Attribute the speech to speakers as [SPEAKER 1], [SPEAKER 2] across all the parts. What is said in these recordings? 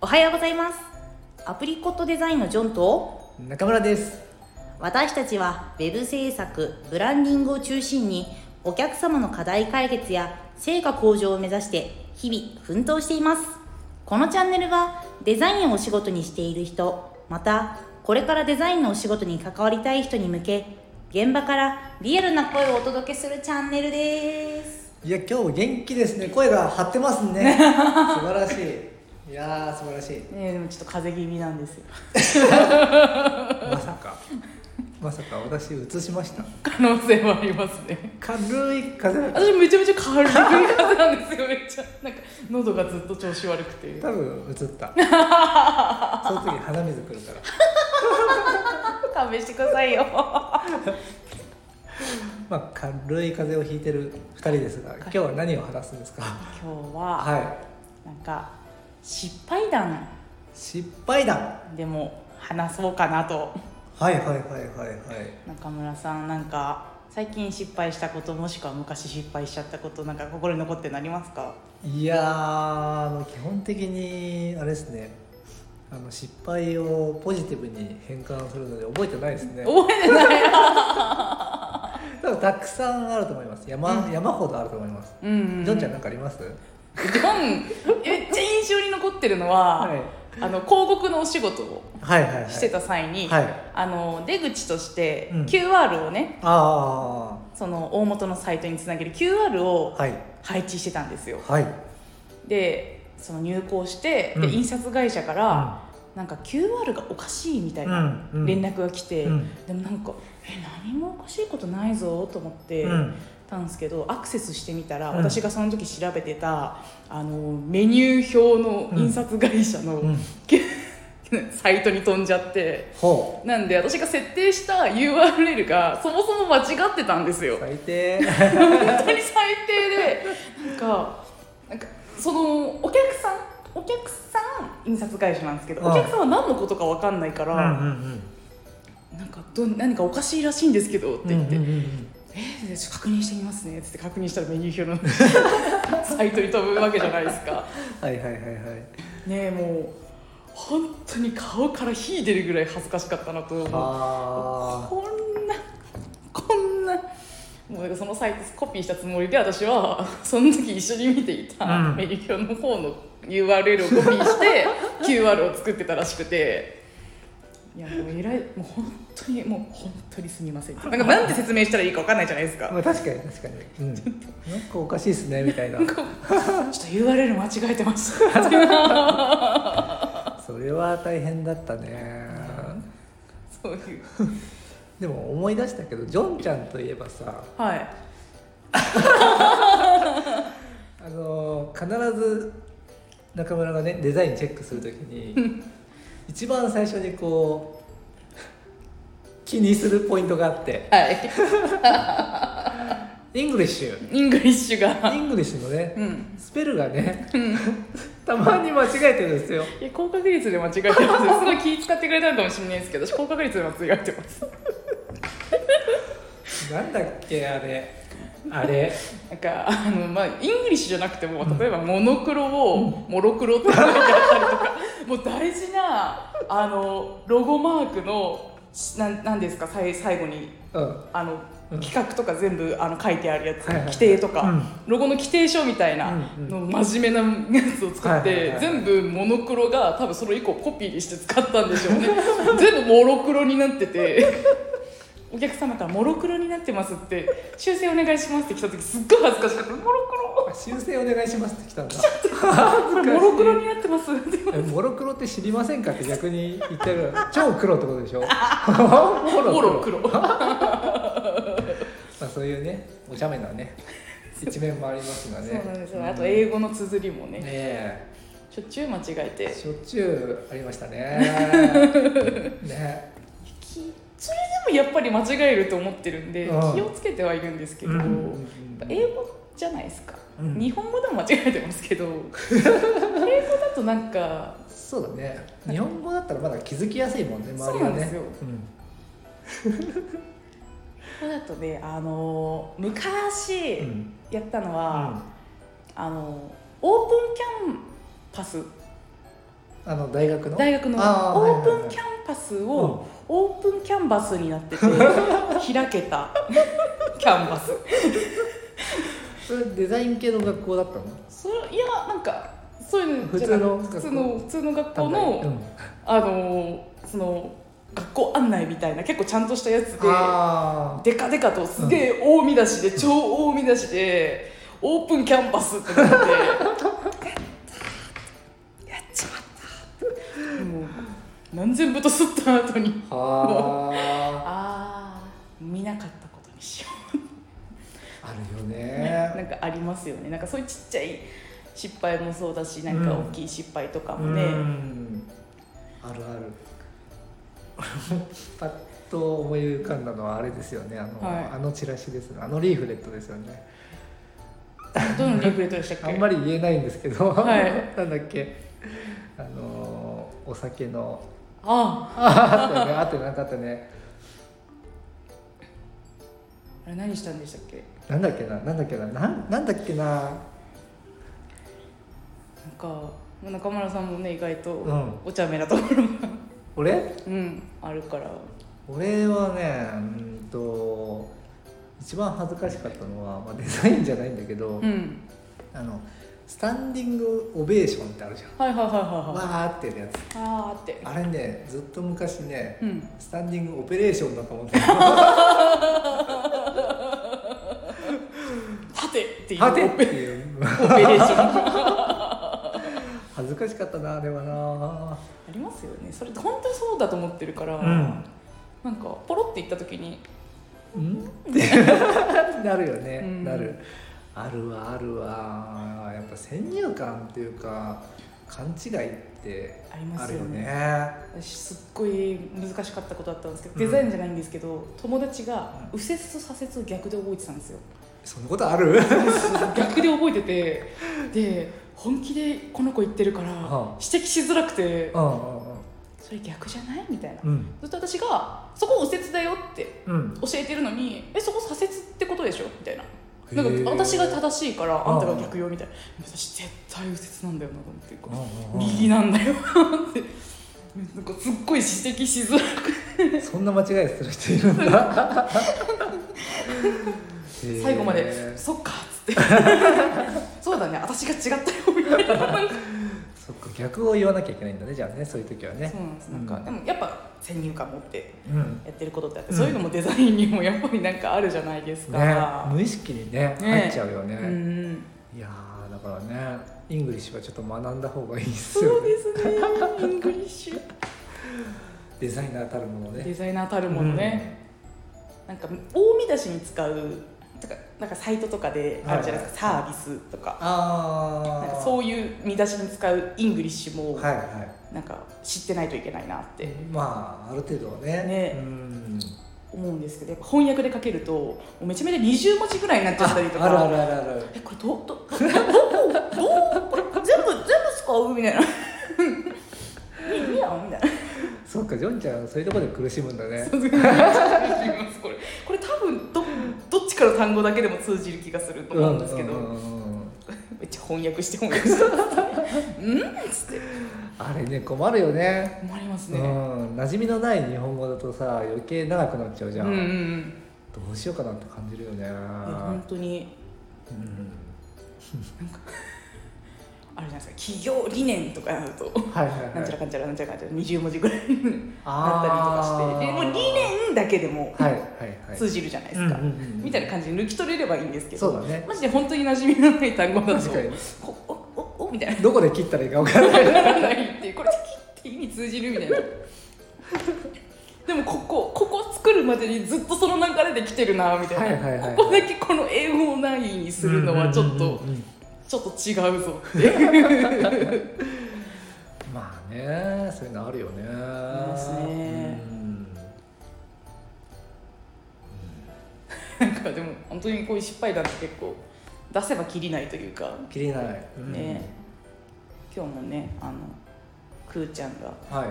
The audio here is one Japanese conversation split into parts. [SPEAKER 1] はようございますアプリコットデザインのジョンと
[SPEAKER 2] 中村です
[SPEAKER 1] 私たちはウェブ制作ブランディングを中心にお客様の課題解決や成果向上を目指して日々奮闘していますこのチャンネルはデザインをお仕事にしている人またこれからデザインのお仕事に関わりたい人に向け現場からリアルな声をお届けするチャンネルです
[SPEAKER 2] いや今日も元気ですね声が張ってますね素晴らしいいやー素晴らしい
[SPEAKER 1] ねでもちょっと風邪気味なんですよ
[SPEAKER 2] まさかまさか私映しました
[SPEAKER 1] 可能性はありますね
[SPEAKER 2] 軽い風が
[SPEAKER 1] 私めちゃめちゃ軽い風なんですよめっちゃなんか喉がずっと調子悪くて
[SPEAKER 2] 多分映ったその時鼻水くるから
[SPEAKER 1] 勘弁してくださいよ
[SPEAKER 2] まあ軽い風邪をひいてる2人ですが今日は何を話すんですか
[SPEAKER 1] 今日は、
[SPEAKER 2] はい
[SPEAKER 1] なんか失敗談
[SPEAKER 2] 失敗談
[SPEAKER 1] でも話そうかなと
[SPEAKER 2] はいはいはいはいはい
[SPEAKER 1] 中村さんなんか最近失敗したこともしくは昔失敗しちゃったことなんか心に残ってなりますか
[SPEAKER 2] いやーあの基本的にあれですねあの失敗をポジティブに変換するので覚えてないですね
[SPEAKER 1] 覚えてない
[SPEAKER 2] 多分たくさんあると思います山,、山ほどあると思います、
[SPEAKER 1] うんうん、
[SPEAKER 2] ジョンちゃん何かあります
[SPEAKER 1] ジョンめっちゃ印象に残ってるのは、
[SPEAKER 2] はい
[SPEAKER 1] あの広告のお仕事を
[SPEAKER 2] はいはいはい
[SPEAKER 1] してた際に、
[SPEAKER 2] はい
[SPEAKER 1] あの出口として
[SPEAKER 2] うん
[SPEAKER 1] QR をね、
[SPEAKER 2] あ
[SPEAKER 1] その大元のサイトにつなげる QR
[SPEAKER 2] あ
[SPEAKER 1] を
[SPEAKER 2] はい
[SPEAKER 1] 配置してたんですよ
[SPEAKER 2] はい
[SPEAKER 1] でその入稿して、
[SPEAKER 2] う
[SPEAKER 1] で
[SPEAKER 2] ん
[SPEAKER 1] 印刷会社から、なんか QR がおかしいみたいな
[SPEAKER 2] うんうん
[SPEAKER 1] 連絡が来て、
[SPEAKER 2] うん
[SPEAKER 1] でもなんか「え何もおかしいことないぞ」と思って、
[SPEAKER 2] うん
[SPEAKER 1] たんですけどアクセスしてみたら、
[SPEAKER 2] うん
[SPEAKER 1] 私がその時調べてたあのメニュー表の印刷会社の、
[SPEAKER 2] うん
[SPEAKER 1] サイトに飛んじゃって
[SPEAKER 2] ほ
[SPEAKER 1] なんで私が設定した URL がそもそも間違ってたんで すよ
[SPEAKER 2] う最低
[SPEAKER 1] 本当に最低でなんかなんかそのお客さんお客さん印刷会社なんですけど
[SPEAKER 2] うん
[SPEAKER 1] お客さんは何のことか分かんないか
[SPEAKER 2] うん
[SPEAKER 1] ら、
[SPEAKER 2] ん
[SPEAKER 1] なんかど何かおかしいらしいんですけどって
[SPEAKER 2] うんうんう
[SPEAKER 1] 言って、
[SPEAKER 2] ん
[SPEAKER 1] えーちょっと確認してみますねっつって確認したらメニュー表の サイトに飛ぶわけじゃないですか
[SPEAKER 2] はいはいはいはい
[SPEAKER 1] ねえもう本当に顔から火出るぐらい恥ずかしかったなと思う
[SPEAKER 2] あ
[SPEAKER 1] こんなこんなもうそのサイトコピーしたつもりで私はその時一緒に見ていた
[SPEAKER 2] うん
[SPEAKER 1] メニュー表の方の URL をコピーして QR を作ってたらしくて。いやもう偉いもう本当にもう本当にすみませんなんかなんて説明したらいいかわかんないじゃないですか
[SPEAKER 2] あまあ確かに確かに、うん、なんかおかしいですねみ たいな
[SPEAKER 1] ちょっと URL 間違えてました。
[SPEAKER 2] それは大変だったね
[SPEAKER 1] そういう。
[SPEAKER 2] でも思い出したけどジョンちゃんといえばさ
[SPEAKER 1] はい。
[SPEAKER 2] あのー必ず中村がねデザインチェックするとき に一番最初にこう気にするポイントがあって
[SPEAKER 1] はい。
[SPEAKER 2] イングリッシュ
[SPEAKER 1] イングリッシュが。
[SPEAKER 2] イングリッシュのね
[SPEAKER 1] うん。
[SPEAKER 2] スペルがね たまに間違えてるんですよ
[SPEAKER 1] いや、高確率で間違えてます。すごい気使ってくれたのかもしれないですけど、私高確率で間違えてます。
[SPEAKER 2] なんだっけあれあれ
[SPEAKER 1] なんか、あの、まあ、イングリッシュじゃなくても、例えばモノクロをモロクロって書いてあったりとか、 もう大事な、あの、ロゴマークの、なんなんですか、最最後に
[SPEAKER 2] うん
[SPEAKER 1] あの、
[SPEAKER 2] うん
[SPEAKER 1] 企画とか全部あの書いてあるやつ、
[SPEAKER 2] はいはい
[SPEAKER 1] 規定とか、
[SPEAKER 2] うん
[SPEAKER 1] ロゴの規定書みたいな
[SPEAKER 2] うん
[SPEAKER 1] の真面目なやつを使って、
[SPEAKER 2] はいはいはいはい
[SPEAKER 1] 全部モノクロが多分それ以降コピーにして使ったんでしょうね 全部モロクロになってて。 お客様から「モロクロになってます」って「修正お願いします」って来た時すっごい恥ずかしかった「モロクロ
[SPEAKER 2] あ修正お願いしますって来たん だ
[SPEAKER 1] これモロクロになってます」って
[SPEAKER 2] えモロクロって知りませんかって逆に言った ぐらい超黒ってことでしょモ
[SPEAKER 1] 「モロクロ」
[SPEAKER 2] まあ、そういうねお茶目なね一面もありますが
[SPEAKER 1] そ
[SPEAKER 2] ね
[SPEAKER 1] うなんですよあと
[SPEAKER 2] ね
[SPEAKER 1] 英語の綴りもね
[SPEAKER 2] え
[SPEAKER 1] しょっちゅう間違えて
[SPEAKER 2] しょっちゅうありました ねね
[SPEAKER 1] きそれでもやっぱり間違えると思ってるんで、
[SPEAKER 2] うん
[SPEAKER 1] 気をつけてはいるんですけど、
[SPEAKER 2] うんうんうん
[SPEAKER 1] 英語じゃないですか、
[SPEAKER 2] うん
[SPEAKER 1] 日本語でも間違えてますけ ど英語だとなんか
[SPEAKER 2] そうだね日本語だったらまだ気づきやすいもんね周り
[SPEAKER 1] そうな
[SPEAKER 2] が
[SPEAKER 1] んです
[SPEAKER 2] ね
[SPEAKER 1] よ
[SPEAKER 2] うん
[SPEAKER 1] 英語だとねあのー昔
[SPEAKER 2] うん
[SPEAKER 1] やったの
[SPEAKER 2] う
[SPEAKER 1] は、
[SPEAKER 2] ん
[SPEAKER 1] あのーオープンキャンパス
[SPEAKER 2] あの大学の
[SPEAKER 1] 大学の
[SPEAKER 2] あー
[SPEAKER 1] オー
[SPEAKER 2] はいはい
[SPEAKER 1] プ
[SPEAKER 2] は
[SPEAKER 1] ン
[SPEAKER 2] い
[SPEAKER 1] キャンパスをオープンキャンバスに なってて開けたキャンバス
[SPEAKER 2] それデザイン系の学校だったの
[SPEAKER 1] それいやなんかそういうの
[SPEAKER 2] 普
[SPEAKER 1] じゃな
[SPEAKER 2] 通
[SPEAKER 1] い
[SPEAKER 2] の
[SPEAKER 1] 普通の普通の学校
[SPEAKER 2] 短大う
[SPEAKER 1] の
[SPEAKER 2] ん
[SPEAKER 1] あのーその学校案内みたいな結構ちゃんとしたやつで
[SPEAKER 2] あ
[SPEAKER 1] でかでかとすげえ大見出しで、超大見出しでオープンキャンパスってなって やっちまったもう何千部と吸った後に
[SPEAKER 2] ーは
[SPEAKER 1] ああ見なかったことにしよ
[SPEAKER 2] ああるよ
[SPEAKER 1] う、ね な
[SPEAKER 2] ね
[SPEAKER 1] んかありますよねなんかそういうちっちゃい失敗もそうだしなんか大きい失敗とか
[SPEAKER 2] う
[SPEAKER 1] もね、
[SPEAKER 2] んあるある俺もパッと思い浮かんだのはあれですよねあの,、
[SPEAKER 1] はい
[SPEAKER 2] あのチラシですねあのリーフレットですよね
[SPEAKER 1] どのリーフレットでしたっけ
[SPEAKER 2] あんまり言えないんですけど、
[SPEAKER 1] はい
[SPEAKER 2] なんだっけあのーお酒の
[SPEAKER 1] ああ
[SPEAKER 2] あったよねあってなかったね
[SPEAKER 1] あれ何したんでしたっけ
[SPEAKER 2] なんだっけななんだっけななんなんだっけな
[SPEAKER 1] なんか中村さんもね意外
[SPEAKER 2] う
[SPEAKER 1] と
[SPEAKER 2] ん
[SPEAKER 1] お茶目なところが
[SPEAKER 2] 俺
[SPEAKER 1] うんあるから
[SPEAKER 2] 俺はねうんと一番恥ずかしかったのは、まあ、デザインじゃないんだけど、
[SPEAKER 1] うん
[SPEAKER 2] あのスタンディングオベーションってあるじゃん
[SPEAKER 1] はいはいはいはい
[SPEAKER 2] わ
[SPEAKER 1] はい
[SPEAKER 2] ーってやつ
[SPEAKER 1] あーって
[SPEAKER 2] あれねずっと昔ね
[SPEAKER 1] うん
[SPEAKER 2] スタンディングオペレーションだと思って
[SPEAKER 1] はてっていう
[SPEAKER 2] はて
[SPEAKER 1] オ
[SPEAKER 2] っ
[SPEAKER 1] ペ
[SPEAKER 2] ていう
[SPEAKER 1] レーション あ
[SPEAKER 2] 恥ずかしかったなあれはな
[SPEAKER 1] りますよねそれ本当にそうだと思ってるから、なんかポロって言った時に
[SPEAKER 2] うんなるよね、
[SPEAKER 1] うん
[SPEAKER 2] なるあるわあるわやっぱ先入観っていうか勘違いって
[SPEAKER 1] ありま
[SPEAKER 2] あ
[SPEAKER 1] す
[SPEAKER 2] る
[SPEAKER 1] よ
[SPEAKER 2] よ
[SPEAKER 1] ね
[SPEAKER 2] ね
[SPEAKER 1] 私すっごい難しかったことだったんですけど、
[SPEAKER 2] うん
[SPEAKER 1] デザインじゃないんですけど友達が
[SPEAKER 2] う
[SPEAKER 1] 右折と左折を逆で覚えてたんですよ
[SPEAKER 2] そんなことある
[SPEAKER 1] 逆で覚えててで本気でこの子言ってるから
[SPEAKER 2] は
[SPEAKER 1] 指摘しづらくて
[SPEAKER 2] うんうん
[SPEAKER 1] それ逆じゃないみたいな
[SPEAKER 2] うん
[SPEAKER 1] そして私が「そこ右折だよ」って
[SPEAKER 2] うん
[SPEAKER 1] 教えてるのに「えそこ左折ってことでしょ?」みたいな
[SPEAKER 2] へ
[SPEAKER 1] なん
[SPEAKER 2] ー
[SPEAKER 1] か私が正しいからあんたが
[SPEAKER 2] うん
[SPEAKER 1] 逆よみたいな私絶対右折なんだよなと思ってこう
[SPEAKER 2] うんうんうん
[SPEAKER 1] 右なんだよってなんかすっごい指摘しづらく
[SPEAKER 2] そんな間違いする人いるんだへえ
[SPEAKER 1] 最後まで「そっか」っ つって「そうだね私が違ったよ」みたいななんか
[SPEAKER 2] そっか逆を言わなきゃいけないんだねじゃあねそういう時はね
[SPEAKER 1] そうなんですなんか、
[SPEAKER 2] うん
[SPEAKER 1] でもやっぱ先入観持って
[SPEAKER 2] うん
[SPEAKER 1] やってることってあって、
[SPEAKER 2] うん
[SPEAKER 1] そういうのもデザインにもやっぱりなんかあるじゃないですか、
[SPEAKER 2] ね無意識にね
[SPEAKER 1] ね
[SPEAKER 2] 入っちゃうよ
[SPEAKER 1] う
[SPEAKER 2] ね
[SPEAKER 1] ん
[SPEAKER 2] いやーだからねイングリッシュはちょっと学んだ方がいいです
[SPEAKER 1] そ
[SPEAKER 2] よ
[SPEAKER 1] う
[SPEAKER 2] ね
[SPEAKER 1] ですねイングリッシュ
[SPEAKER 2] デザイナーたるもの
[SPEAKER 1] デ
[SPEAKER 2] ね
[SPEAKER 1] ザイナーたるものね、なんか大見出しに使うとかなんかサイトとかであるじゃないですか、
[SPEAKER 2] はい
[SPEAKER 1] サービスと
[SPEAKER 2] うん
[SPEAKER 1] か
[SPEAKER 2] あ
[SPEAKER 1] なん
[SPEAKER 2] あ
[SPEAKER 1] かそういう見出しに使うイングリッシュも
[SPEAKER 2] はいは
[SPEAKER 1] なんか知ってないといけないなっ
[SPEAKER 2] い
[SPEAKER 1] て
[SPEAKER 2] まあある程度はね
[SPEAKER 1] ね
[SPEAKER 2] うん
[SPEAKER 1] 思うんですけどやっぱ翻訳で書けるともうめちゃめちゃ20文字ぐらいになっちゃったりとか
[SPEAKER 2] あるあるあるある
[SPEAKER 1] えこれどど どどどどこれ全部全部使うみたいな いいいいやんみたいな
[SPEAKER 2] そっかジョンちゃんそういうところで苦しむんだね
[SPEAKER 1] そうめっちゃ苦しみますこれこれ多分どどっちかの単語だけでも通じる気がすると思うんですけど、
[SPEAKER 2] うんうんうんうん
[SPEAKER 1] めっちゃ翻訳して翻訳してうんっつって
[SPEAKER 2] あれね困るよね
[SPEAKER 1] 困ります
[SPEAKER 2] う
[SPEAKER 1] ね、
[SPEAKER 2] ん、馴染みのない日本語だとさ余計長くなっちゃうじゃん、
[SPEAKER 1] うんうんうん
[SPEAKER 2] どうしようかなって感じるよね、
[SPEAKER 1] いや本当に
[SPEAKER 2] うん、
[SPEAKER 1] あるじゃないですか企業理念とかやると
[SPEAKER 2] はいはいはい
[SPEAKER 1] なんちゃらかんちゃらなんちゃらかんちゃら20文字ぐらいだったりと
[SPEAKER 2] あ
[SPEAKER 1] かし
[SPEAKER 2] ー
[SPEAKER 1] てでもう理念だけでも
[SPEAKER 2] はいはいはい
[SPEAKER 1] 通じるじゃないで
[SPEAKER 2] う
[SPEAKER 1] すか、
[SPEAKER 2] んうんうんうん
[SPEAKER 1] みたいな感じで抜き取れればいいんですけど
[SPEAKER 2] そうだね
[SPEAKER 1] マジで本当に馴染みのない単語だと
[SPEAKER 2] 確かに
[SPEAKER 1] おおおおみたいな
[SPEAKER 2] どこで切ったらいいか分からない
[SPEAKER 1] ならないっていうこれ切って意味通じるみたい なでもここここ作るまでにずっとその流れで来てるなみたいな、
[SPEAKER 2] はいはいはい
[SPEAKER 1] ここだけこの英語をないにするのはちょ
[SPEAKER 2] うんう
[SPEAKER 1] っと、
[SPEAKER 2] んうんうん
[SPEAKER 1] ちょっと違うぞって
[SPEAKER 2] まあねそういうのあるよね
[SPEAKER 1] りますね
[SPEAKER 2] うん
[SPEAKER 1] なんかでも本当にこういう失敗談って結構出せばきりないというか
[SPEAKER 2] 切れない、うん
[SPEAKER 1] ね今日もねあのくーちゃんが
[SPEAKER 2] は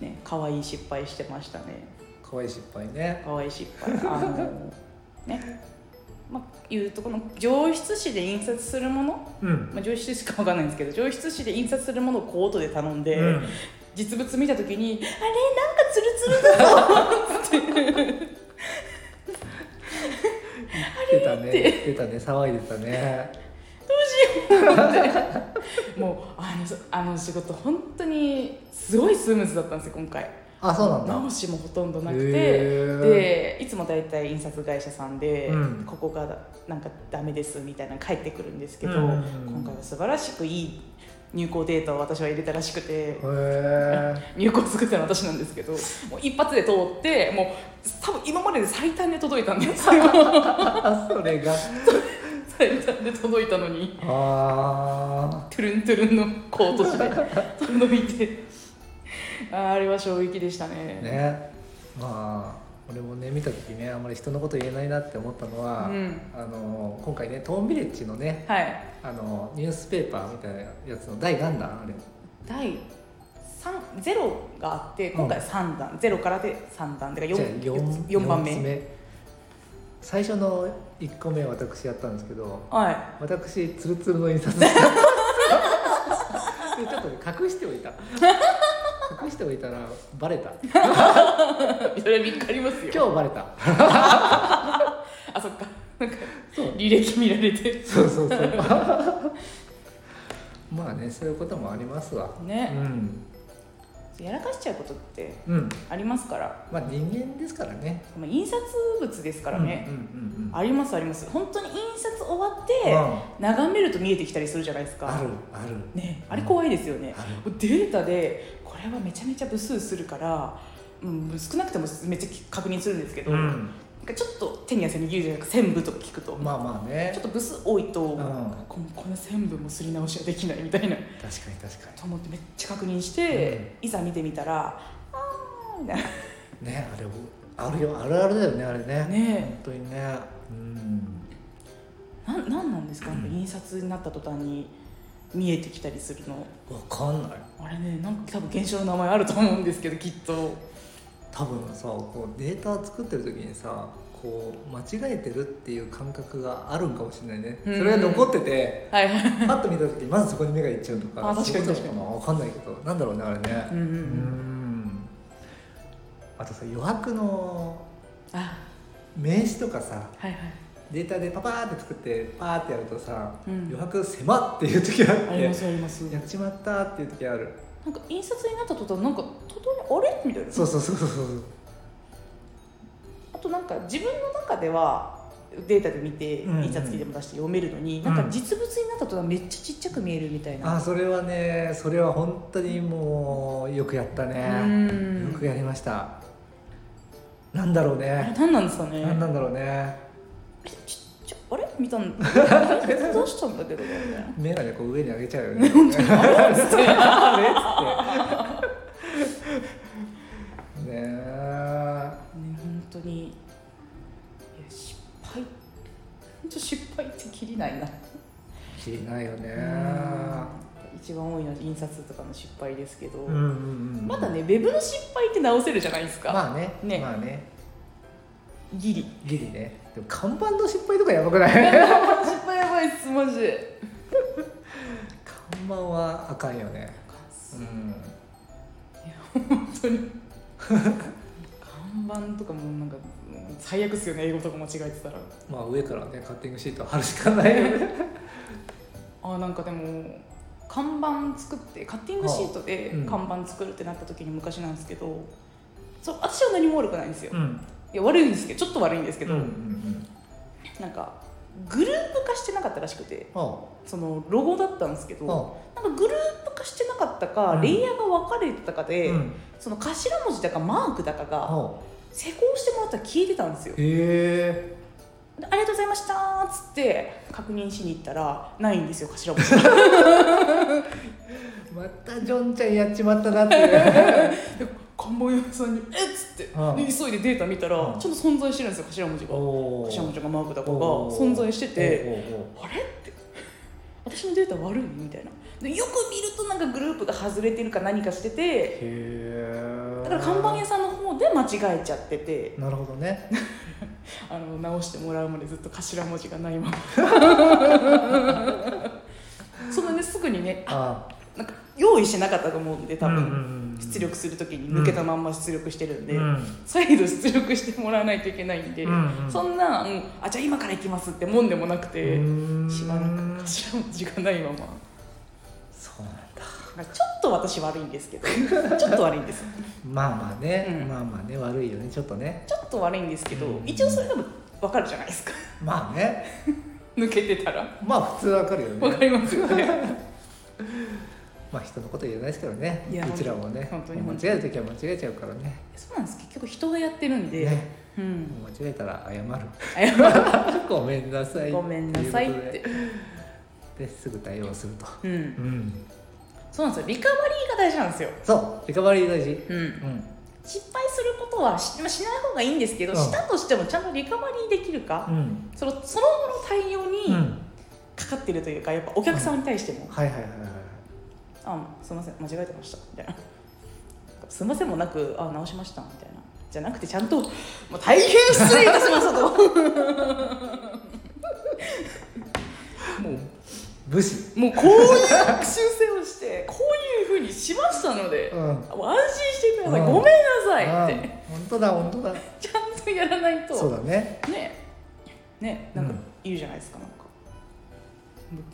[SPEAKER 2] い
[SPEAKER 1] ね可愛い失敗してましたね
[SPEAKER 2] 可愛い失敗ね
[SPEAKER 1] 可愛い失敗あのねまあ、いうとこの上質紙で印刷するもの、
[SPEAKER 2] うん
[SPEAKER 1] まあ、上質紙しかわかんないんですけど上質紙で印刷するものをコートで頼んで、
[SPEAKER 2] うん
[SPEAKER 1] 実物見た時に「あれなんかツルツルだぞ」って
[SPEAKER 2] 言ってたね言ってたね騒いでたね
[SPEAKER 1] もうあのあの仕事本当にすごいスムーズだったんですよ今回。
[SPEAKER 2] あそうなんだ
[SPEAKER 1] 直しもほとんどなくて、
[SPEAKER 2] へ
[SPEAKER 1] でいつも大体印刷会社さんで、
[SPEAKER 2] うん
[SPEAKER 1] ここがなんかダメですみたいなの返ってくるんですけど、
[SPEAKER 2] うんうんうん
[SPEAKER 1] 今回は素晴らしくいい入稿データを私は入れたらしくて、
[SPEAKER 2] へ
[SPEAKER 1] 入稿作ったのは私なんですけどもう一発で通ってもう多分今までで最短で届 いたんですよ
[SPEAKER 2] え それが
[SPEAKER 1] 最短で届いたのに
[SPEAKER 2] あ
[SPEAKER 1] トゥルントゥルンのコート紙で 届いてあーあれは衝撃でしたね
[SPEAKER 2] あねまあ俺もね見た時ねあんまり人のこと言えないなって思ったのは、
[SPEAKER 1] うん
[SPEAKER 2] あの今回ねトーンビレッジのね
[SPEAKER 1] はい
[SPEAKER 2] あのニュースペーパーみたいなやつの第何弾あれ
[SPEAKER 1] 第3ゼロがあって今回
[SPEAKER 2] うん
[SPEAKER 1] 3段、ゼロからで3段だから
[SPEAKER 2] じゃあ
[SPEAKER 1] 4,
[SPEAKER 2] 四
[SPEAKER 1] 4番目
[SPEAKER 2] 四つ最初の1個目私やったんですけど
[SPEAKER 1] は
[SPEAKER 2] 私ツルツルの印 刷ちょっとね隠しておいた隠しておいたらバレた
[SPEAKER 1] い それびっかります
[SPEAKER 2] 今
[SPEAKER 1] よ
[SPEAKER 2] 日バレた
[SPEAKER 1] あそっかなんか
[SPEAKER 2] そう
[SPEAKER 1] 履歴見られて
[SPEAKER 2] そうそうそう まあねそういうこともありますわう
[SPEAKER 1] ね、
[SPEAKER 2] ん
[SPEAKER 1] やらかしちゃうことって
[SPEAKER 2] うん
[SPEAKER 1] ありますから、
[SPEAKER 2] まあ人間ですからね
[SPEAKER 1] まあ、印刷物ですからね、
[SPEAKER 2] うんうんうんうん
[SPEAKER 1] ありますあります本当に印刷終わって、眺めると見えてきたりするじゃないですか
[SPEAKER 2] あるある
[SPEAKER 1] ねあれ怖いですよね
[SPEAKER 2] あ、
[SPEAKER 1] データでこれはめちゃめちゃ部数するから、うん、少なくてもめっちゃ確認するんですけど、
[SPEAKER 2] うん
[SPEAKER 1] なんかちょっと手に汗握るじゃなく全部とか聞くと、
[SPEAKER 2] まあまあね
[SPEAKER 1] ちょっと部数多いと、
[SPEAKER 2] ん
[SPEAKER 1] このこの全部もすり直しはできないみたいな
[SPEAKER 2] 確かに確か
[SPEAKER 1] と思ってめっちゃ確認して、いざ見てみたらあーみたい
[SPEAKER 2] にねあれあるよあるあるだよねあれね
[SPEAKER 1] なね
[SPEAKER 2] 本当にねうん
[SPEAKER 1] えなんなんなんですか、なんか印刷になった途端に見えてきたりするの
[SPEAKER 2] わかんない
[SPEAKER 1] あれねなんか多分現象の名前あると思うんですけどきっと
[SPEAKER 2] 多分さこうデータ作ってる時にさこう間違えてるっていう感覚があるんかもしれないねそ
[SPEAKER 1] うん
[SPEAKER 2] れが残ってて
[SPEAKER 1] はいはい
[SPEAKER 2] パッと見た時にまずそこに目がいっちゃうとか
[SPEAKER 1] あ確かに
[SPEAKER 2] そういうことなのかな分かんないけどなんだろうねあれね
[SPEAKER 1] うんうんうん
[SPEAKER 2] んあとさ余白の
[SPEAKER 1] あ
[SPEAKER 2] 名刺とかさ
[SPEAKER 1] はいはい
[SPEAKER 2] データでパパーって作ってパーってやるとさ、
[SPEAKER 1] うん
[SPEAKER 2] 余白狭っていう時あっ
[SPEAKER 1] あり
[SPEAKER 2] て
[SPEAKER 1] ますあります
[SPEAKER 2] やっちまったっていう時ある
[SPEAKER 1] なんか印刷になった途端なんか途端にあれみたいな
[SPEAKER 2] そうそうそうそうそう
[SPEAKER 1] あとなんか自分の中ではデータで見て
[SPEAKER 2] うんうん
[SPEAKER 1] 印刷機でも出して読めるのに、
[SPEAKER 2] ん
[SPEAKER 1] なんか実物になったとはめっちゃちっちゃく見えるみたいな
[SPEAKER 2] あそれはねそれは本当にもうよくやったね
[SPEAKER 1] ん
[SPEAKER 2] よくやりましたなんだろう
[SPEAKER 1] あれ
[SPEAKER 2] ね
[SPEAKER 1] 何なんですかね
[SPEAKER 2] なんなんだろうね
[SPEAKER 1] ちょちょあれ見たんどうしたんだ けどなみたいな
[SPEAKER 2] 目がねこう上に上げちゃう よねあれっつってねえ
[SPEAKER 1] ね本当にいや失敗本当失敗ってきりないな
[SPEAKER 2] きりないよね
[SPEAKER 1] 一番多いのは印刷とかの失敗ですけど、
[SPEAKER 2] うんうんうん
[SPEAKER 1] まだねウェブの失敗って直せるじゃないですか、
[SPEAKER 2] まあね
[SPEAKER 1] ね
[SPEAKER 2] まあね
[SPEAKER 1] ギリ
[SPEAKER 2] ギリねでも看板の失敗とかやばくない
[SPEAKER 1] 失敗やばいっすマジで
[SPEAKER 2] 看板はあかんよねうん
[SPEAKER 1] 本当に看板とかもなんかうん最悪っすよね英語とか間違えてたら
[SPEAKER 2] まあ上からねカッティングシート貼るしかないよね
[SPEAKER 1] あなんかでも看板作ってカッティングシートで
[SPEAKER 2] うん
[SPEAKER 1] 看板作るってなった時に昔なんですけど、そう私は何も悪くないんですよ、
[SPEAKER 2] うん
[SPEAKER 1] いや悪いんですけどちょっと悪いんですけど、
[SPEAKER 2] うんうんうん
[SPEAKER 1] なんかグループ化してなかったらしくて
[SPEAKER 2] あ
[SPEAKER 1] そのロゴだったんですけど、
[SPEAKER 2] あ
[SPEAKER 1] なんかグループ化してなかったか、
[SPEAKER 2] うん
[SPEAKER 1] レイヤーが分かれてたかで、
[SPEAKER 2] うん
[SPEAKER 1] その頭文字だかマークだかが
[SPEAKER 2] あ
[SPEAKER 1] 施工してもらったら消えてたんですよ
[SPEAKER 2] へえ
[SPEAKER 1] でありがとうございましたーっつって確認しに行ったらないんですよ頭文字
[SPEAKER 2] またジョンちゃんやっちまったなっていう
[SPEAKER 1] 看板屋さんに「えっ!」つって、
[SPEAKER 2] うん
[SPEAKER 1] で急いでデータ見たら、
[SPEAKER 2] うん
[SPEAKER 1] ちょっと存在してるんですよ頭文字が
[SPEAKER 2] お
[SPEAKER 1] 頭文字がマークだかが
[SPEAKER 2] おー
[SPEAKER 1] 存在してて
[SPEAKER 2] おーおー
[SPEAKER 1] あれって私のデータ悪いみたいなでよく見るとなんかグループが外れてるか何かしてて
[SPEAKER 2] へえ
[SPEAKER 1] だから看板屋さんの方で間違えちゃってて
[SPEAKER 2] なるほどね
[SPEAKER 1] ああの直してもらうまでずっと頭文字がない ままそんなねすぐにね
[SPEAKER 2] あ
[SPEAKER 1] なんか用意してなかったと思うんで多分、
[SPEAKER 2] うんうんうん
[SPEAKER 1] 出力する時に抜けたまんま出力してるんで、
[SPEAKER 2] うん
[SPEAKER 1] 再度出力してもらわないといけないんで、
[SPEAKER 2] うんうん
[SPEAKER 1] そんな、うんあじゃあ今から行きますってもんでもなくて、
[SPEAKER 2] うん
[SPEAKER 1] しばらく頭文字がないまま
[SPEAKER 2] そうなんだ
[SPEAKER 1] なんかちょっと私悪いんですけどちょっと悪いんです
[SPEAKER 2] まあまあね、
[SPEAKER 1] うん
[SPEAKER 2] まあまあね悪いよねちょっとね
[SPEAKER 1] ちょっと悪いんですけど、
[SPEAKER 2] うん
[SPEAKER 1] 一応それでも分かるじゃないですか
[SPEAKER 2] まあね
[SPEAKER 1] 抜けてたら
[SPEAKER 2] まあ普通わかるよ
[SPEAKER 1] 分
[SPEAKER 2] ね
[SPEAKER 1] かりますよね
[SPEAKER 2] まあ人のこと言えないですけどね
[SPEAKER 1] いや
[SPEAKER 2] うちらもね
[SPEAKER 1] 本当に
[SPEAKER 2] もう
[SPEAKER 1] 本当
[SPEAKER 2] 間
[SPEAKER 1] に
[SPEAKER 2] 違える時は間違えちゃうからね
[SPEAKER 1] そうなんです結局人がやってるんで、
[SPEAKER 2] ね
[SPEAKER 1] うん
[SPEAKER 2] もう間違えたら謝る
[SPEAKER 1] 謝る
[SPEAKER 2] ごめんなさい
[SPEAKER 1] ごめんなさいって
[SPEAKER 2] ということでですぐ対応すると
[SPEAKER 1] うん
[SPEAKER 2] うん
[SPEAKER 1] そうなんですよリカバリーが大事なんですよ
[SPEAKER 2] そうリカバリー大事
[SPEAKER 1] うん
[SPEAKER 2] うん
[SPEAKER 1] 失敗することはし,、まあ、しない方がいいんですけど、
[SPEAKER 2] うん
[SPEAKER 1] したとしてもちゃんとリカバリーできるか、
[SPEAKER 2] うん
[SPEAKER 1] そのその後の対応
[SPEAKER 2] う
[SPEAKER 1] に
[SPEAKER 2] ん
[SPEAKER 1] かかってるというかやっぱお客さんに対しても「
[SPEAKER 2] はいはいはいはい
[SPEAKER 1] あすいません間違えてました」みたいな「すいません」もなく「あ直しました」みたいなじゃなくてちゃんと「もう大変失礼いたしまし た」と
[SPEAKER 2] もう武士
[SPEAKER 1] もうこういう修正をしてこういうふうにしましたので、
[SPEAKER 2] うん
[SPEAKER 1] もう安心してください、
[SPEAKER 2] うん
[SPEAKER 1] ごめんなさいって、
[SPEAKER 2] うん本当だ本当だ
[SPEAKER 1] ちゃんとやらないと
[SPEAKER 2] そうだね
[SPEAKER 1] ねねなんか
[SPEAKER 2] うん
[SPEAKER 1] いるじゃないですか、なんか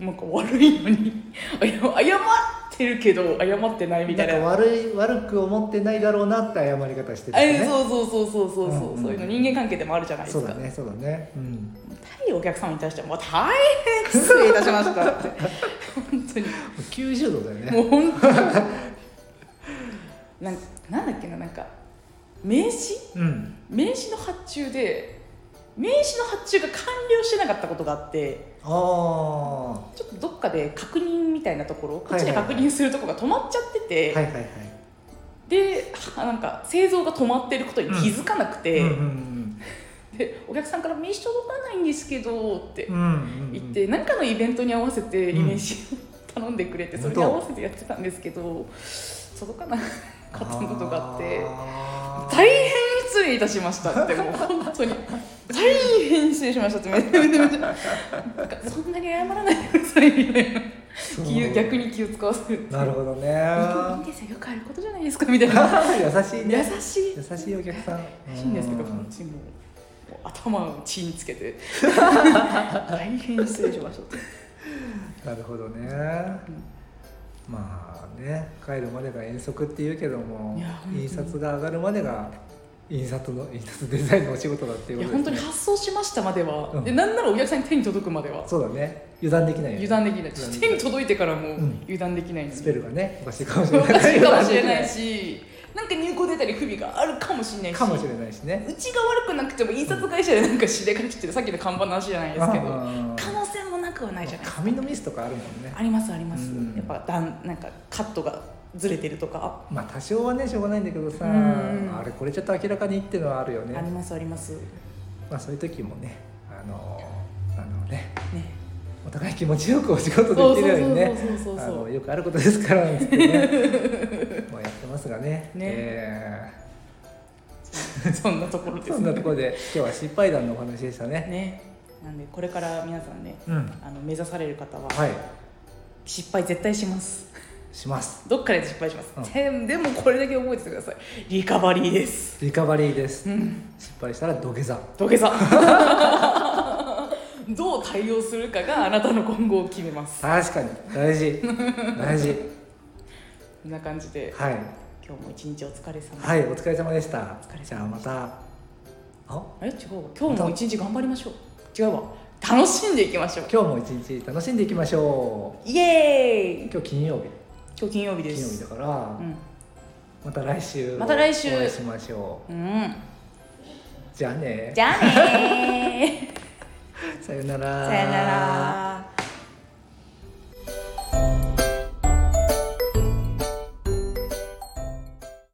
[SPEAKER 1] なんか悪いのに 謝謝ってるけど謝ってないみたいな
[SPEAKER 2] なんか悪い悪く思ってないだろうなって謝り方してる
[SPEAKER 1] あ
[SPEAKER 2] よね
[SPEAKER 1] そうそうそうそうそうそう、
[SPEAKER 2] うんうん
[SPEAKER 1] そういうの人間関係でもあるじゃないです
[SPEAKER 2] そう
[SPEAKER 1] か
[SPEAKER 2] だねそうだねうん
[SPEAKER 1] 対お客様に対してはもう大変失礼いたしましたって本当に
[SPEAKER 2] 90度だよ
[SPEAKER 1] も
[SPEAKER 2] ね
[SPEAKER 1] う本当になんなんだっけななんか名刺
[SPEAKER 2] うん
[SPEAKER 1] 名刺の発注で名刺の発注が完了してなかったことがあって
[SPEAKER 2] あ
[SPEAKER 1] ちょっとどっかで確認みたいなところこっ
[SPEAKER 2] は
[SPEAKER 1] ちで
[SPEAKER 2] いはいはい
[SPEAKER 1] 確認するとこが止まっちゃっ
[SPEAKER 2] あ
[SPEAKER 1] て
[SPEAKER 2] ー
[SPEAKER 1] て、
[SPEAKER 2] はいはいはい
[SPEAKER 1] であなんか製造が止まってることに気づかなくて、
[SPEAKER 2] うんうん
[SPEAKER 1] でお客さんから「名刺届かないんですけど」って
[SPEAKER 2] うんうんうん
[SPEAKER 1] 言って何、かのイベントに合わせて
[SPEAKER 2] うん
[SPEAKER 1] 名刺を頼んでくれてそれに合わせてやってたんですけど届かなかったことがあって。
[SPEAKER 2] あー
[SPEAKER 1] 大変失礼いたしましたってもう本当に大変失礼しましたってめちゃめちゃめちゃなんかそんなに謝らないでくださいみたいな
[SPEAKER 2] そう
[SPEAKER 1] 気を逆に気を使わせる
[SPEAKER 2] なるほどね
[SPEAKER 1] いい いんですよよくあることじゃないですかみたいな
[SPEAKER 2] 優しい
[SPEAKER 1] 優
[SPEAKER 2] ね
[SPEAKER 1] しい
[SPEAKER 2] 優しいお客さん
[SPEAKER 1] 優しいんですけど
[SPEAKER 2] う
[SPEAKER 1] こっちももう頭をチンつけて大変失礼しました
[SPEAKER 2] なるほどねまあね帰るまでが遠足って言うけども
[SPEAKER 1] いや本当に
[SPEAKER 2] 印刷が上がるまでが印刷の印刷デザインのお仕事だっていうこ
[SPEAKER 1] いや
[SPEAKER 2] と
[SPEAKER 1] 本当に
[SPEAKER 2] ね、
[SPEAKER 1] 発送しましたまでは、
[SPEAKER 2] うん
[SPEAKER 1] でなんならお客さんに手に届くまでは
[SPEAKER 2] そうだね油断できないよね
[SPEAKER 1] 油断できない
[SPEAKER 2] 油断できな
[SPEAKER 1] 手に届いてからもうん油断できないので
[SPEAKER 2] スペルがねおかしいかもしれ
[SPEAKER 1] お
[SPEAKER 2] ない
[SPEAKER 1] かしいかもしれないしなんか入稿出たり不備があるかもしれないし
[SPEAKER 2] かもしれないしね
[SPEAKER 1] うちが悪くなくても印刷会社でなんかしでかしてるさっきの看板の話じゃないですけど
[SPEAKER 2] あー
[SPEAKER 1] 可能性もなくはないじゃないですか
[SPEAKER 2] 紙のミスとかあるもんね
[SPEAKER 1] ありますあります、
[SPEAKER 2] うん
[SPEAKER 1] やっぱだんなんかカットがずれてるとか、
[SPEAKER 2] まあ多少はねしょうがないんだけどさ
[SPEAKER 1] うん
[SPEAKER 2] あれこれちょっと明らかにっていうのはあるよ
[SPEAKER 1] あり
[SPEAKER 2] ね
[SPEAKER 1] ますありますね
[SPEAKER 2] まあそういう時もねあのあのねお互い気持ちよくお仕事できるようにね
[SPEAKER 1] そうそうそうそうそう
[SPEAKER 2] あ
[SPEAKER 1] そう
[SPEAKER 2] のよくあることですからなんつってね まあやってますがね
[SPEAKER 1] ね
[SPEAKER 2] え
[SPEAKER 1] そんなところで
[SPEAKER 2] ーそ
[SPEAKER 1] す
[SPEAKER 2] んなと
[SPEAKER 1] ね
[SPEAKER 2] ころで今日は失敗談のお話でしたね
[SPEAKER 1] ねなんでこれから皆さんね
[SPEAKER 2] うん
[SPEAKER 1] あの目指される方は
[SPEAKER 2] はい
[SPEAKER 1] 失敗絶対します
[SPEAKER 2] します
[SPEAKER 1] どっかで失敗します、
[SPEAKER 2] うん
[SPEAKER 1] ででもこれだけ覚えててくださいリカバリーです
[SPEAKER 2] リカバリーです
[SPEAKER 1] うん
[SPEAKER 2] 失敗したら土下座
[SPEAKER 1] 土 下座どう対応するかがあなたの今後を決めます
[SPEAKER 2] 確かに大 事大事
[SPEAKER 1] こんな感じで
[SPEAKER 2] はい
[SPEAKER 1] 今日も一日お疲れ様
[SPEAKER 2] はいお疲れ様でした
[SPEAKER 1] お疲れ様でした
[SPEAKER 2] じゃあまたあ
[SPEAKER 1] え違うわ今日も一日頑張りましょう違うわ楽しんでいきましょう
[SPEAKER 2] 今日も一日楽しんでいきましょう
[SPEAKER 1] イエーイ
[SPEAKER 2] 今日金曜日
[SPEAKER 1] 今日金曜日で
[SPEAKER 2] 金曜日
[SPEAKER 1] す
[SPEAKER 2] だから、また来週
[SPEAKER 1] また来週
[SPEAKER 2] お会いしましょう
[SPEAKER 1] うん、うん、
[SPEAKER 2] じゃあね
[SPEAKER 3] じゃあねー
[SPEAKER 2] さよなら
[SPEAKER 3] さよなら